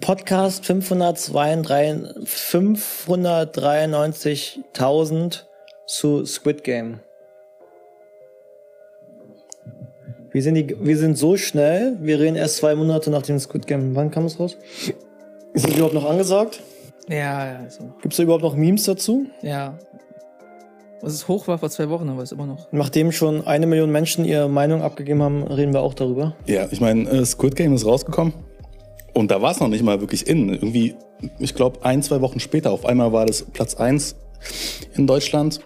Podcast 593 593.000 zu Squid Game. Wir sind, die, wir sind so schnell, wir reden erst zwei Monate nach dem Squid Game. Wann kam es raus? Ist es überhaupt noch angesagt? Ja, ja, ist immer noch. Gibt es da überhaupt noch Memes dazu? Ja. Was es hoch war vor zwei Wochen, aber ist immer noch. Nachdem schon eine Million Menschen ihre Meinung abgegeben haben, reden wir auch darüber. Ja, ich meine, äh, Squid Game ist rausgekommen. Und da war es noch nicht mal wirklich in. Irgendwie, ich glaube, ein, zwei Wochen später auf einmal war das Platz 1 in Deutschland.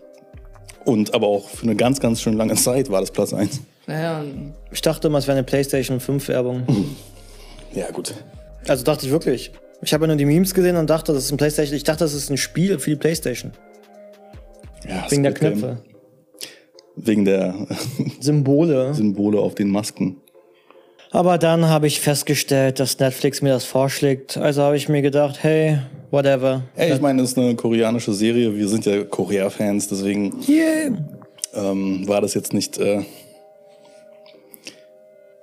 Und aber auch für eine ganz, ganz schön lange Zeit war das Platz 1. Naja, und Ich dachte immer, es wäre eine PlayStation 5 Werbung. Ja, gut. Also dachte ich wirklich. Ich habe ja nur die Memes gesehen und dachte, das ist ein PlayStation. Ich dachte, das ist ein Spiel für die PlayStation. Ja, Wegen der Squid Game. Knöpfe. Wegen der Symbole. Symbole auf den Masken. Aber dann habe ich festgestellt, dass Netflix mir das vorschlägt. Also habe ich mir gedacht, hey, whatever. Ey, ich meine, es ist eine koreanische Serie. Wir sind ja Korea-Fans, deswegen ähm, war das jetzt nicht äh,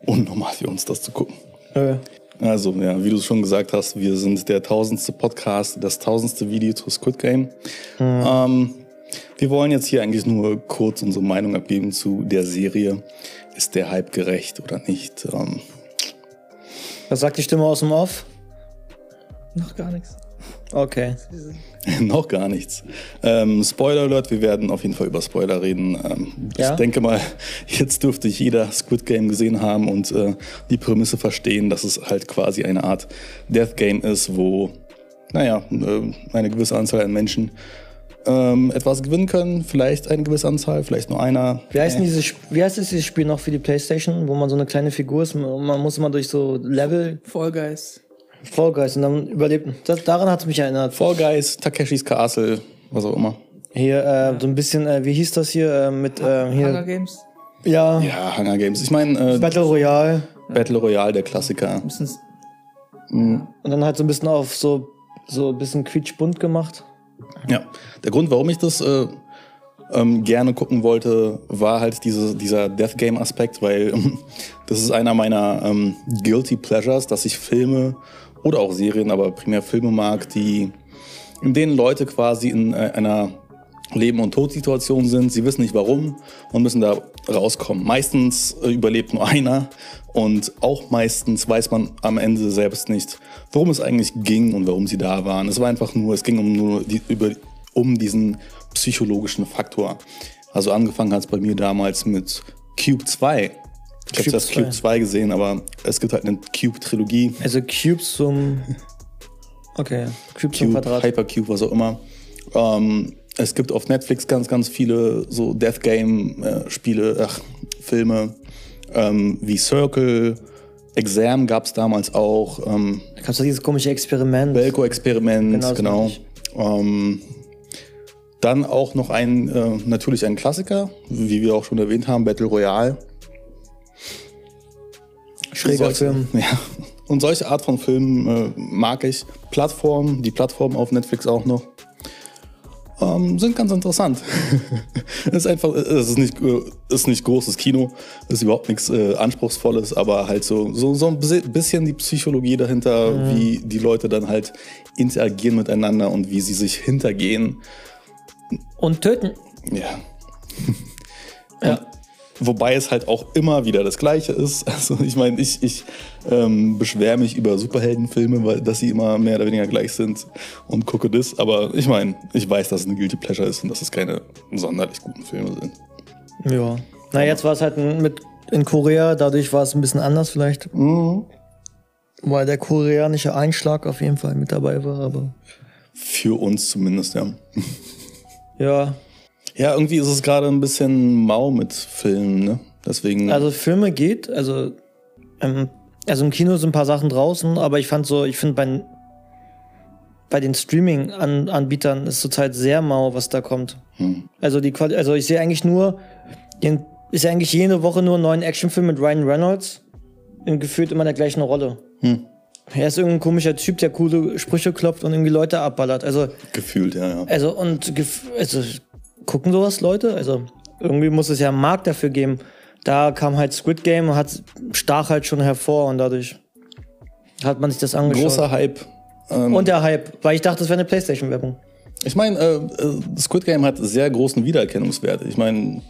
unnormal für uns, das zu gucken. Äh, Also, ja, wie du es schon gesagt hast, wir sind der tausendste Podcast, das tausendste Video zu Squid Game. Ähm, wir wollen jetzt hier eigentlich nur kurz unsere Meinung abgeben zu der Serie. Ist der Hype gerecht oder nicht? Ähm, Was sagt die Stimme aus dem Off? noch gar nichts. Okay. noch gar nichts. Ähm, Spoiler Alert, wir werden auf jeden Fall über Spoiler reden. Ähm, Ja. Ich denke mal, jetzt dürfte jeder Squid Game gesehen haben und äh, die Prämisse verstehen, dass es halt quasi eine Art Death Game ist, wo, naja, äh, eine gewisse Anzahl an Menschen ähm, etwas gewinnen können. Vielleicht eine gewisse Anzahl, vielleicht nur einer. Wie heißt, denn dieses, Sp- wie heißt es dieses Spiel noch für die Playstation, wo man so eine kleine Figur ist und man muss immer durch so Level Fall Guys. vorgeist und dann überlebt. Das, daran hat es mich erinnert. Fall Guys, Takeshis Castle, was auch immer. Hier äh, so ein bisschen, äh, wie hieß das hier äh, mit äh, Hunger hier? Games. Ja, Ja, Hunger Games. Ich meine, äh, Battle Royale. Battle Royale, der Klassiker. Müssen Und dann halt so ein bisschen auf so so ein bisschen quietschbunt gemacht. Ja, der Grund, warum ich das äh, ähm, gerne gucken wollte, war halt diese, dieser Death Game Aspekt, weil ähm, das ist einer meiner ähm, Guilty Pleasures, dass ich Filme oder auch Serien, aber primär Filme mag, die, in denen Leute quasi in äh, einer Leben- und Todsituation sind. Sie wissen nicht warum und müssen da rauskommen. Meistens äh, überlebt nur einer und auch meistens weiß man am Ende selbst nicht, worum es eigentlich ging und warum sie da waren. Es war einfach nur, es ging um, nur die, über, um diesen psychologischen Faktor. Also angefangen hat es bei mir damals mit Cube 2. Ich habe Cube das Cube 2. 2 gesehen, aber es gibt halt eine Cube-Trilogie. Also Cubes zum. Okay, Cube, zum Cube, Quadrat. Hypercube, was auch immer. Ähm, es gibt auf Netflix ganz, ganz viele so Death Game-Spiele, ach, Filme ähm, wie Circle, Exam gab es damals auch, ähm, Da gab's doch dieses komische Experiment. Belko-Experiment, Genau, das genau. meine ich. Ähm, dann auch noch ein, äh, natürlich ein Klassiker, wie wir auch schon erwähnt haben, Battle Royale. Schräger Solche- Film. Ja. Und solche Art von Filmen äh, mag ich. Plattformen, die Plattformen auf Netflix auch noch, ähm, sind ganz interessant. es ist einfach, es ist nicht, äh, ist nicht großes Kino, ist überhaupt nichts äh, Anspruchsvolles, aber halt so, so, so ein bisi- bisschen die Psychologie dahinter, wie die Leute dann halt interagieren miteinander und wie sie sich hintergehen. Und töten. Ja. ja. Wobei es halt auch immer wieder das Gleiche ist. Also ich meine, ich, ich ähm, beschwere mich über Superheldenfilme, weil dass sie immer mehr oder weniger gleich sind und gucke das. Aber ich meine, ich weiß, dass es eine Guilty Pleasure ist und dass es keine sonderlich guten Filme sind. Ja. Na, jetzt war es halt ein- mit in Korea, dadurch war es ein bisschen anders vielleicht. Weil der koreanische Einschlag auf jeden Fall mit dabei war, aber. Für uns zumindest, ja. Ja. Ja, irgendwie ist es gerade ein bisschen mau mit Filmen, ne? Deswegen. Also Filme geht, also, ähm, also im Kino sind ein paar Sachen draußen, aber ich fand so, ich finde bei, bei den Streaming-Anbietern ist zurzeit sehr mau, was da kommt. Also die Quali also ich sehe eigentlich nur, den, ist ja eigentlich jede Woche nur einen neuen Actionfilm mit Ryan Reynolds und gefühlt immer der gleichen Rolle. Er ist irgendein komischer Typ, der coole Sprüche klopft und irgendwie Leute abballert. Also gefühlt, ja, ja. also und gef- also, gucken sowas Leute? Also irgendwie muss es ja einen Markt dafür geben. Da kam halt Squid Game und hat stach halt schon hervor und dadurch Hat man sich das angeschaut. Großer Hype. Ähm, Und der Hype, weil ich dachte, das wäre eine Playstation-Werbung. ich meine, äh, äh, Squid Game hat sehr großen Wiedererkennungswert. Ich meine,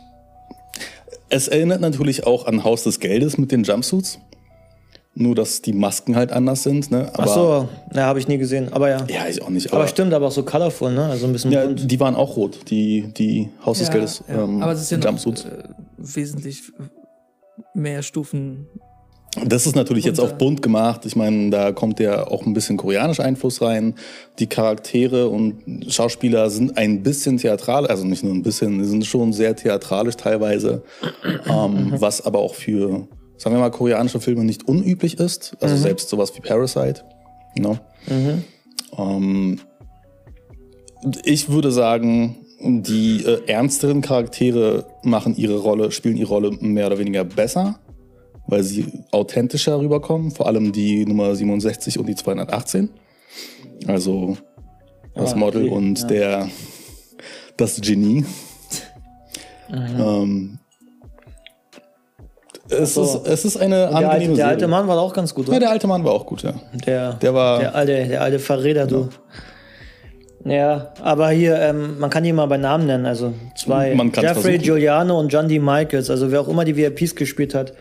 es erinnert natürlich auch an Haus des Geldes mit den Jumpsuits. Nur, dass die Masken halt anders sind. Ne? Aber, Ach so, ja, habe ich nie gesehen. Aber ja. Ja, ich auch nicht. aber stimmt, aber auch so colorful, ne? Also ein bisschen Ja, bunt. die waren auch rot, die, die Haus des Geldes ja. ähm, aber es ist ja noch, Jumpsuits. äh, wesentlich mehr Stufen. Das ist natürlich jetzt bunter. auch bunt gemacht. Ich meine, da kommt ja auch ein bisschen koreanischer Einfluss rein. Die Charaktere und Schauspieler sind ein bisschen theatral, also nicht nur ein bisschen, die sind schon sehr theatralisch teilweise, ähm, was aber auch für, sagen wir mal, koreanische Filme nicht unüblich ist. Also selbst sowas wie Parasite. ne? Ähm, ich würde sagen, die äh, ernsteren Charaktere machen ihre Rolle, spielen ihre Rolle mehr oder weniger besser, weil sie authentischer rüberkommen. Vor allem die Nummer 67 und die 218. Also das Ah, Model okay, und ja. der das Genie. Mhm. Ähm, es, so. ist, es ist Also eine Der alte, angenehme der alte Serie. Mann war da auch ganz gut, Ja, oder? der alte Mann war auch gut, ja. Der, der war- Genau. der alte, der alte Verräter, du. Ja, aber hier, ähm, man kann die mal bei Namen nennen, also zwei. Man kann's Jeffrey versuchen. Giuliano und John D. Michaels, also wer auch immer die VIPs gespielt hat.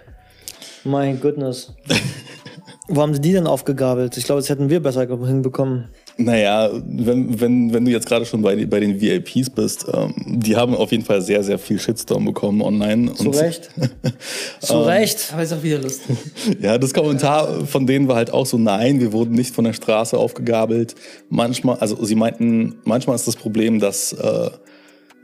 My goodness. Wo haben sie die denn aufgegabelt? Ich glaube, das hätten wir besser ge- hinbekommen. Naja, wenn, wenn, wenn du jetzt gerade schon bei, bei den VIPs bist, ähm, die haben auf jeden Fall sehr, sehr viel Shitstorm bekommen online. Zu und, Ähm, Recht. Zu Recht. Aber ist auch wieder lustig. Ja, das Kommentar von denen war halt auch so, nein, wir wurden nicht von der Straße aufgegabelt. Manchmal, also sie meinten, manchmal ist das Problem, dass äh,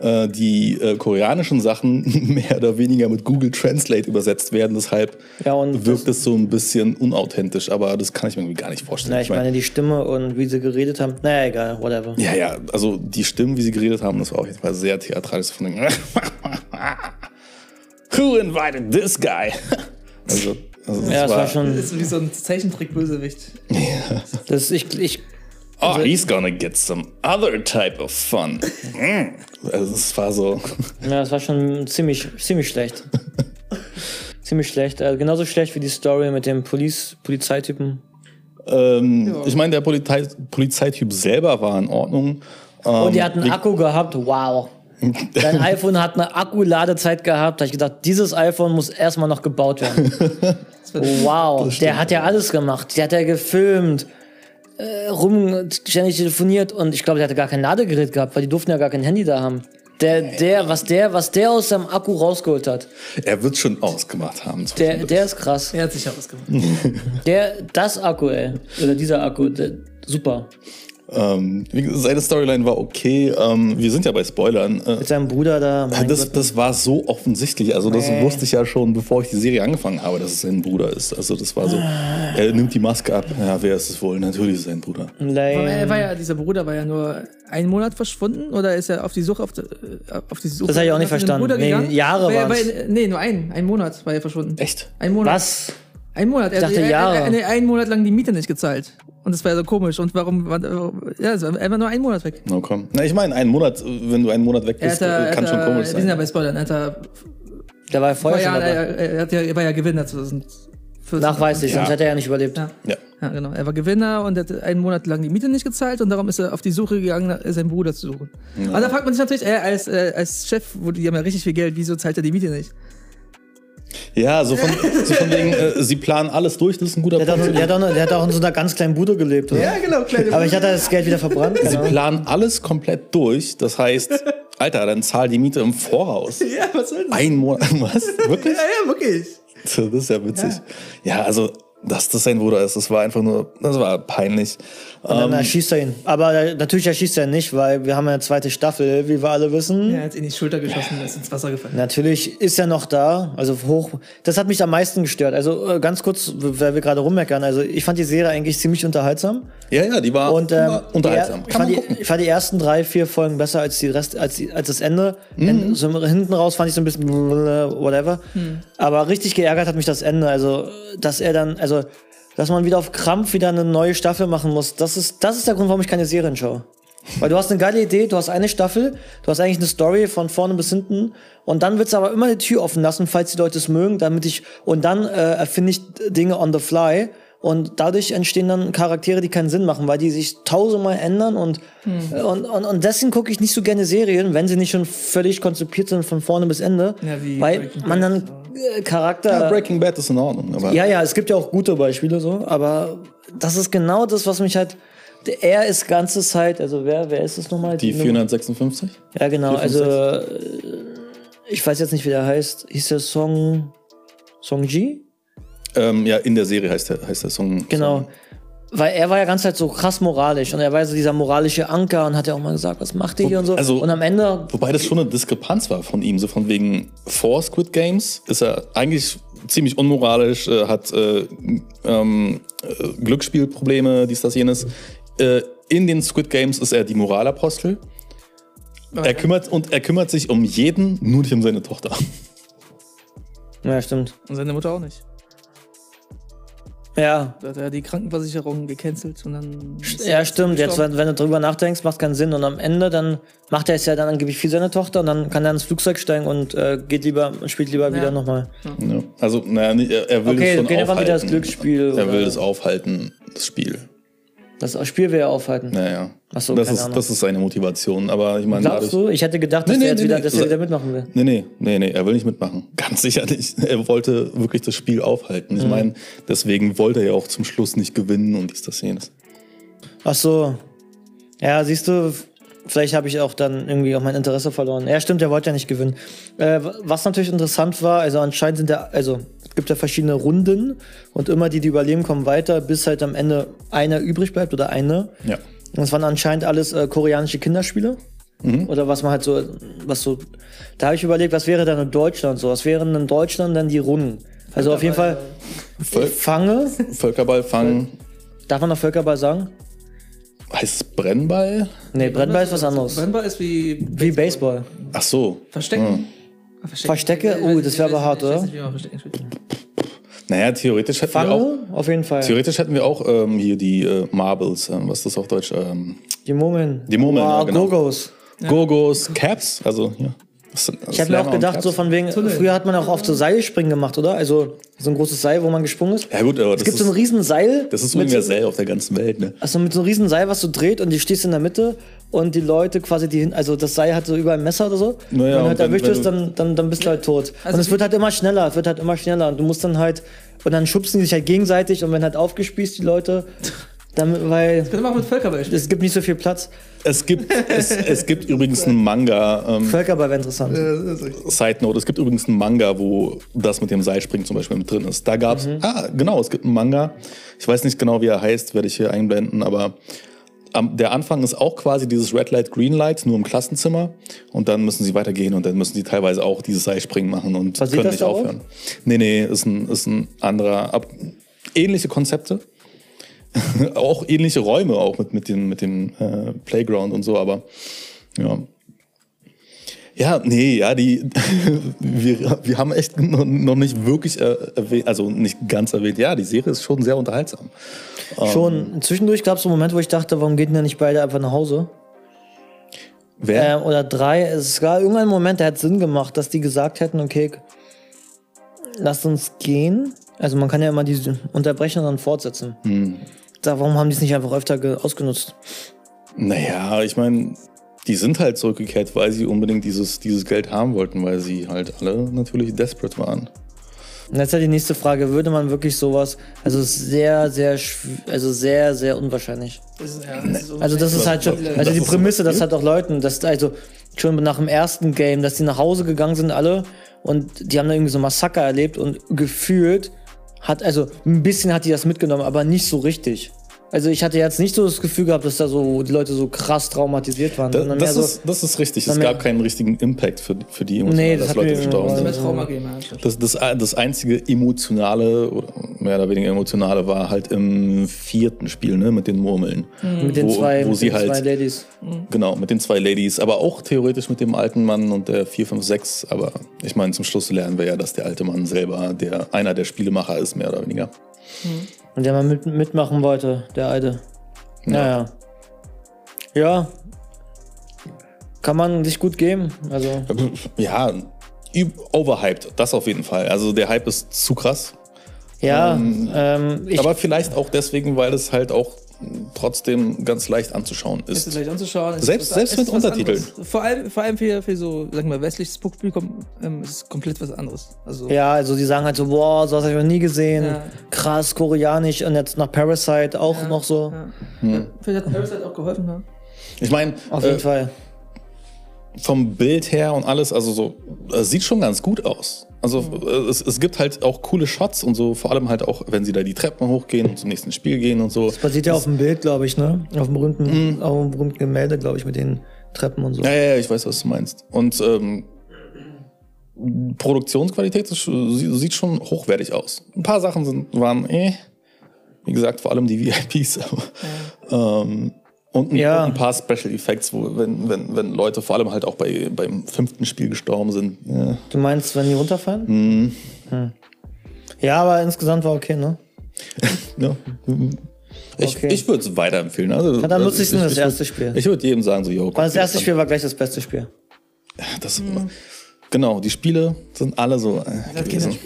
äh, die äh, koreanischen Sachen mehr oder weniger mit Google Translate übersetzt werden. Deshalb Ja, und wirkt es so ein bisschen unauthentisch, aber das kann ich mir irgendwie gar nicht vorstellen. Na, ich meine, die Stimme und wie sie geredet haben. Naja, egal, whatever. Ja, ja, also die Stimmen, wie sie geredet haben, das war auf jeden Fall sehr theatralisch von dem. Who invited this guy? Also, also das Ja, es war schon. Das ist wie so ein Zeichentrick-Bösewicht. Das, ich, ich, Oh, he's gonna get some other type of fun. Mm. also, es war so. Ja, es war schon ziemlich, ziemlich schlecht. ziemlich schlecht. Äh, genauso schlecht wie die Story mit dem Police, Polizeitypen. Ähm, Ich meine, der Polizei Polizeityp selber war in Ordnung. Ähm, Und Oh, die hat einen Akku gehabt. Wow. Dein iPhone hat eine Akkuladezeit gehabt. Da hab ich gedacht, dieses iPhone muss erstmal noch gebaut werden. Oh, wow. Der hat ja alles gemacht. Der hat ja gefilmt, äh, rum ständig telefoniert und ich glaube, der hatte gar kein Ladegerät gehabt, weil die durften ja gar kein Handy da haben. Der, der, was der, was der aus seinem Akku rausgeholt hat, er wird schon ausgemacht haben. der, der ist krass. Er hat sich ausgemacht. Der, das Akku, ey. Oder dieser Akku, der, super. Ähm, wie gesagt, seine Storyline war okay. Ähm, wir sind ja bei Spoilern. Äh, Mit seinem Bruder da. Mein Das, Gott. das war so offensichtlich. Also, das wusste ich ja schon, bevor ich die Serie angefangen habe, dass es sein Bruder ist. Also, das war so. Er nimmt die Maske ab. Ja, wer ist es wohl? Natürlich sein Bruder. Aber Lame. er war ja, dieser Bruder war ja nur einen Monat verschwunden oder ist er auf die Suche auf, die- äh, auf die Suche? Das hab ich auch nicht nach dem verstanden. Bruder Nee, gegangen? Jahre War er waren's. bei- Nee, nur einen. Ein Monat war er verschwunden. Echt? Ein Monat. Was? Ein Monat. Er, dachte, er, Jahre. Er, er, nee, einen Monat lang die Miete nicht gezahlt. Und das war ja so komisch. Und warum? wa- wa- Ja, es war- er war nur einen Monat weg. Na komm. Na, ich meine, einen Monat, wenn du einen Monat weg Er bist, äh, hat, er, kann hat, schon komisch wir sind ja sein. bei Spoilern. Er, hat, er, Der war ja vorher war, schon ja, dabei. er, er, hat ja, er war ja Gewinner 2014. Nachweislich, sonst Ja. hätte er ja nicht überlebt. Ja. Ja. ja, genau. Er war Gewinner und hat einen Monat lang die Miete nicht gezahlt und darum ist er auf die Suche gegangen, nach- seinen Bruder zu suchen. Und da fragt man sich natürlich, er als, äh, als Chef, wo die haben ja richtig viel Geld, wieso zahlt er die Miete nicht? Ja, so von, so von wegen, äh, sie planen alles durch, das ist ein guter Der, hat auch, Punkt. der, hat auch, nur- der hat auch in so einer ganz kleinen Bude gelebt, oder? genau, kleine Aber ich hatte das Geld wieder verbrannt. genau. Sie Keine Ahnung. planen alles komplett durch. Das heißt, Alter, dann zahl die Miete im Voraus. Ja, was soll das? Ein Monat. Was? Wirklich? ja, wirklich. Das ist ja witzig. Ja, also, dass das sein Bruder ist, das war einfach nur, das war peinlich. Dann erschießt er ihn. Aber äh, natürlich erschießt er ihn nicht, weil wir haben ja eine zweite Staffel, wie wir alle wissen. Er hat in die Schulter geschossen und ist ins Wasser gefallen. Natürlich ist er noch da, also hoch. Das hat mich am meisten gestört. Also äh, ganz kurz, weil wir gerade rummeckern. Also ich fand die Serie eigentlich ziemlich unterhaltsam. Ja, ja, die war Und ähm, immer unterhaltsam. Die, ich, fand die, ich fand die ersten drei, vier Folgen besser als die Rest, als, die, als das Ende. Mhm. Hin- so, hinten raus fand ich so ein bisschen whatever. Aber richtig geärgert hat mich das Ende. Also, dass er dann, also, dass man wieder auf Krampf wieder eine neue Staffel machen muss. Das ist, das ist der Grund, warum ich keine Serien schaue. Weil du hast eine geile Idee, du hast eine Staffel, du hast eigentlich eine Story von vorne bis hinten und dann willst du aber immer die Tür offen lassen, falls die Leute es mögen, damit ich und dann äh, erfinde ich Dinge on the fly Und dadurch entstehen dann Charaktere, die keinen Sinn machen, weil die sich tausendmal ändern und, Hm. und, und, und deswegen gucke ich nicht so gerne Serien, wenn sie nicht schon völlig konzipiert sind von vorne bis Ende, Ja, wie weil Breaking man Bad genau. dann äh, Charakter... Ja, Breaking Bad ist in Ordnung, aber Ja, ja, es gibt ja auch gute Beispiele so, aber das ist genau das, was mich halt. der- Er ist ganze Zeit, also wer, wer ist es nochmal? die Nummer- 456? Ja, genau, also äh, ich weiß jetzt nicht, wie der heißt. Hieß der Song Song Ji? Ähm, ja, in der Serie heißt der, heißt der Song. Genau. Song. Weil er war ja ganz halt so krass moralisch und er war so dieser moralische Anker und hat ja auch mal gesagt, was macht ihr hier und so. also- und am Ende, Wobei das schon eine Diskrepanz war von ihm, so von wegen vor Squid Games ist er eigentlich ziemlich unmoralisch, äh, hat äh, ähm, äh, Glücksspielprobleme, dies, das, jenes. Äh, in den Squid Games ist er die Moralapostel. Er kümmert, und er kümmert sich um jeden, nur nicht um seine Tochter. ja stimmt, Und seine Mutter auch nicht. ja, Da hat er die Krankenversicherung gecancelt und dann. ja stimmt. Jetzt gestorben. wenn, wenn du drüber nachdenkst, macht keinen Sinn und am Ende dann macht er es ja dann angeblich für seine Tochter und dann kann er ins Flugzeug steigen und äh, geht lieber, spielt lieber wieder nochmal. Ja. Also, naja, nicht- er er will Okay, das schon geht einfach aufhalten. wieder das Glücksspiel, Er oder? will das aufhalten, das Spiel. Das Spiel will er aufhalten. Naja. Ach so, das, keine ist, Ahnung. das ist seine Motivation. Aber ich meine, Glaubst du? Ich hätte gedacht, dass Nee, er jetzt nee, nee, wieder, nee. dass er Sa- wieder mitmachen will. Nee, nee, nee, nee, er will nicht mitmachen. Ganz sicher nicht. Er wollte wirklich das Spiel aufhalten. Mhm. Ich meine, deswegen wollte er ja auch zum Schluss nicht gewinnen und dies, das, jenes. Ach so. Ja, siehst du, vielleicht habe ich auch dann irgendwie auch mein Interesse verloren. Ja, stimmt, er wollte ja nicht gewinnen. Äh, w- was natürlich interessant war, also anscheinend sind da, also es gibt ja verschiedene Runden und immer die, die überleben, kommen weiter, bis halt am Ende einer übrig bleibt oder eine. Ja. Und es waren anscheinend alles äh, koreanische Kinderspiele. Oder was man halt so, was so. Da habe ich überlegt, was wäre dann in Deutschland so? Was wären in Deutschland dann die Runden? Also auf jeden Fall Völ Fange, Völkerball fangen. darf man noch Völkerball sagen? Heißt es Brennball? Nee, Brennball ist was anderes. Brennbar ist wie. Wie Baseball. Ach so. Hm. Verstecken. Äh, Verstecke? Ich Oh, weiß das nicht, wär ich weiß aber hart, nicht, ich oder? weiß nicht, wie man äh, Verstecken spielt. Naja, theoretisch hätten wir auch. Fange? Auf jeden Fall. Theoretisch hätten wir auch ähm, hier die äh, Marbles, ähm, was ist das auf Deutsch? Ähm, Die Murmeln. Die Murmeln, Wow, ja, genau. Go-Go's. Gogos, Caps, also ja. Ich habe mir auch gedacht, so von wegen, früher hat man auch oft so Seilspringen gemacht, oder? Also so ein großes Seil, wo man gesprungen ist. Ja gut, aber das Es gibt so ein ist, riesen Seil. das ist mit, universell auf der ganzen Welt, ne? also mit so einem riesen Seil, was du dreht und die stehst in der Mitte und die Leute quasi, die hin, also das Seil hat so überall ein Messer oder so. Naja, wenn du und halt wenn- erwischt wenn wirst, du- dann, dann, dann bist du halt tot. Also und es wie- wird halt immer schneller, es wird halt immer schneller und du musst dann halt, und dann schubsen die sich halt gegenseitig und werden halt aufgespießt, die Leute, damit, weil Können wir auch mit Völkerball spielen? es gibt nicht so viel Platz. Es gibt, es, es gibt übrigens einen Manga, ähm, Völkerball wäre interessant. Side Note, es gibt übrigens einen Manga, wo das mit dem Seilspringen zum Beispiel mit drin ist. Da gab's, ah, genau, es gibt einen Manga. Ich weiß nicht genau, wie er heißt, werde ich hier einblenden, aber am, der Anfang ist auch quasi dieses Red Light, Green Light, nur im Klassenzimmer. Und dann müssen sie weitergehen und dann müssen sie teilweise auch dieses Seilspringen machen und Basiert können das nicht darauf? aufhören. Nee, nee, ist ein, ist ein anderer, ab, ähnliche Konzepte. auch ähnliche Räume, auch mit, mit dem, mit dem äh, Playground und so, aber ja. Ja, nee, ja, die, wir, wir haben echt noch, noch nicht wirklich äh, erwähnt, also nicht ganz erwähnt. Ja, die Serie ist schon sehr unterhaltsam. Schon. Ähm, Zwischendurch gab es einen Moment, wo ich dachte, warum gehen denn nicht beide einfach nach Hause? Wer? Ähm, oder drei. Es gab irgendeinen Moment, der hat Sinn gemacht, dass die gesagt hätten, okay, lasst uns gehen. Also man kann ja immer diese unterbrechen und dann fortsetzen. Da, warum haben die es nicht einfach öfter ge- ausgenutzt? Naja, ich meine, die sind halt zurückgekehrt, weil sie unbedingt dieses, dieses Geld haben wollten, weil sie halt alle natürlich desperate waren. Und jetzt halt die nächste Frage, würde man wirklich sowas, also es ist sehr, sehr, schw- also sehr, sehr unwahrscheinlich. Das ist- ja, das ist so- Also das ist halt schon, also Das die ist Hm? Prämisse, dass Spiel? halt auch Leuten, dass also schon nach dem ersten Game, dass die nach Hause gegangen sind alle und die haben da irgendwie so ein Massaker erlebt und gefühlt hat, also ein bisschen hat die das mitgenommen, aber nicht so richtig. Also ich hatte jetzt nicht so das Gefühl gehabt, dass da so die Leute so krass traumatisiert waren. Da, sondern das, mehr so, ist, das ist richtig. Es sondern mehr- gab keinen richtigen Impact für, für die emotional, Nee, das dass hat Leute mir- gestorben sind. Mit Trauma gehen, ja. Das, das, das einzige emotionale, oder mehr oder weniger emotionale, war halt im vierten Spiel, ne, mit den Murmeln. mit den wo, zwei, wo mit sie den zwei halt, Ladies. genau, mit den zwei Ladies, aber auch theoretisch mit dem alten Mann und der 4, 5, 6. Aber ich meine, zum Schluss lernen wir ja, dass der alte Mann selber der, einer der Spielemacher ist, mehr oder weniger. Und der mal mit, mitmachen wollte, der alte. Naja. Ja. Kann man sich gut geben. Also. Ja, üb- overhyped, das auf jeden Fall. Also der Hype ist zu krass. Ja, ähm, ich, Aber vielleicht auch deswegen, weil es halt auch trotzdem ganz leicht anzuschauen Ist es ist. leicht anzuschauen. es Selbst- ist was- selbst es mit ist was Untertiteln. anderes. Vor allem, vor allem für, für so, sagen wir mal, westliches Publikum ähm, ist es komplett was anderes. Also, ja, also die sagen halt so, wow, sowas habe ich noch nie gesehen. Ja. Krass, koreanisch und jetzt nach Parasite auch ja, noch so. ja. Vielleicht hat Parasite auch geholfen, ne? Ich meine, Auf jeden äh, Fall. vom Bild her und alles, also so, äh, sieht schon ganz gut aus. Also Mhm. äh, es, es gibt halt auch coole Shots und so, vor allem halt auch, wenn sie da die Treppen hochgehen und zum nächsten Spiel gehen und so. Das basiert ja auf dem Bild, glaube ich, ne? Auf dem berühmten, auf dem berühmten Gemälde, glaube ich, mit den Treppen und so. Ja, ja, ja, ich weiß, was du meinst. Und ähm, Produktionsqualität ist, sch- sie- sieht schon hochwertig aus. Ein paar Sachen sind, waren eh, wie gesagt, vor allem die VIPs. Aber, ähm, und, ein, Ja. und ein paar Special Effects, wo, wenn, wenn, wenn Leute vor allem halt auch bei, beim fünften Spiel gestorben sind. äh, Ja. Du meinst, wenn die runterfallen? Hm. Ja, aber insgesamt war okay, ne? Ja. Ich, Okay. ich würde es weiterempfehlen. Also, Na, dann nutze ich nur das erste Ich, Spiel. ich würde jedem sagen, so, yo, guck Weil das dir erste an. Spiel war gleich das beste Spiel. Mhm. Das, Genau, die Spiele sind alle so. Äh, gewesen.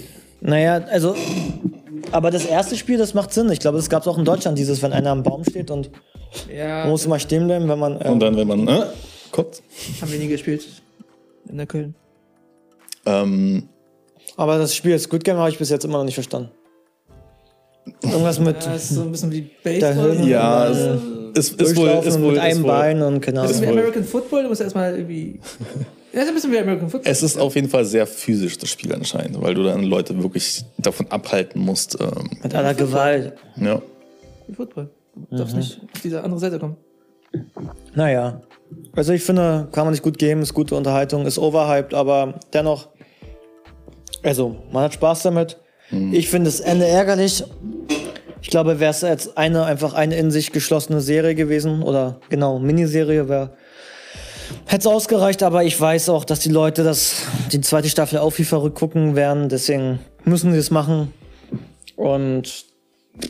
Naja, also, aber das erste Spiel, das macht Sinn. Ich glaube, das gab es auch in Deutschland, dieses, wenn einer am Baum steht und Ja, man muss immer stehen bleiben, wenn man. Und Ähm, dann, wenn man äh, guckt. haben wir nie gespielt. In der Köln. Ähm, aber das Spiel ist Good Game, habe ich bis jetzt immer noch nicht verstanden. Irgendwas mit Ja, ist so ein bisschen wie Da hören Baseball. ja, äh, es ist, ist wohl. durchlaufen Ist und wohl mit ist einem wohl, Bein und keine Das ist Ahnung. wie wohl. American Football, du musst erstmal irgendwie. Ja, ist ein bisschen wie American Football. Es ist auf jeden Fall sehr physisch, das Spiel anscheinend, weil du dann Leute wirklich davon abhalten musst. Ähm, Mit aller Gewalt. ja. wie Football. Du darfst nicht auf diese andere Seite kommen. Naja. Also ich finde, kann man nicht gut geben, ist gute Unterhaltung, ist overhyped, aber dennoch, also man hat Spaß damit. Ich finde das Ende ärgerlich. Ich glaube, wäre es als eine einfach eine in sich geschlossene Serie gewesen oder genau Miniserie wäre, hätte es ausgereicht. Aber ich weiß auch, dass die Leute das die zweite Staffel auch wie verrückt gucken werden. Deswegen müssen sie es machen. Und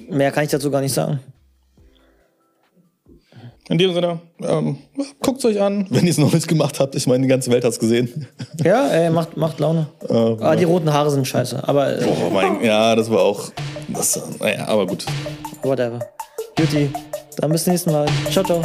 mehr kann ich dazu gar nicht sagen. In dem Sinne, ähm, guckt euch an, wenn ihr es noch nicht gemacht habt. Ich meine, die ganze Welt hat es gesehen. Ja, ey, macht, macht Laune. ah, die roten Haare sind scheiße, aber äh, Oh mein, ja, das war auch. Das, naja, aber gut. whatever. Beauty. Dann bis nächsten Mal. Ciao, ciao.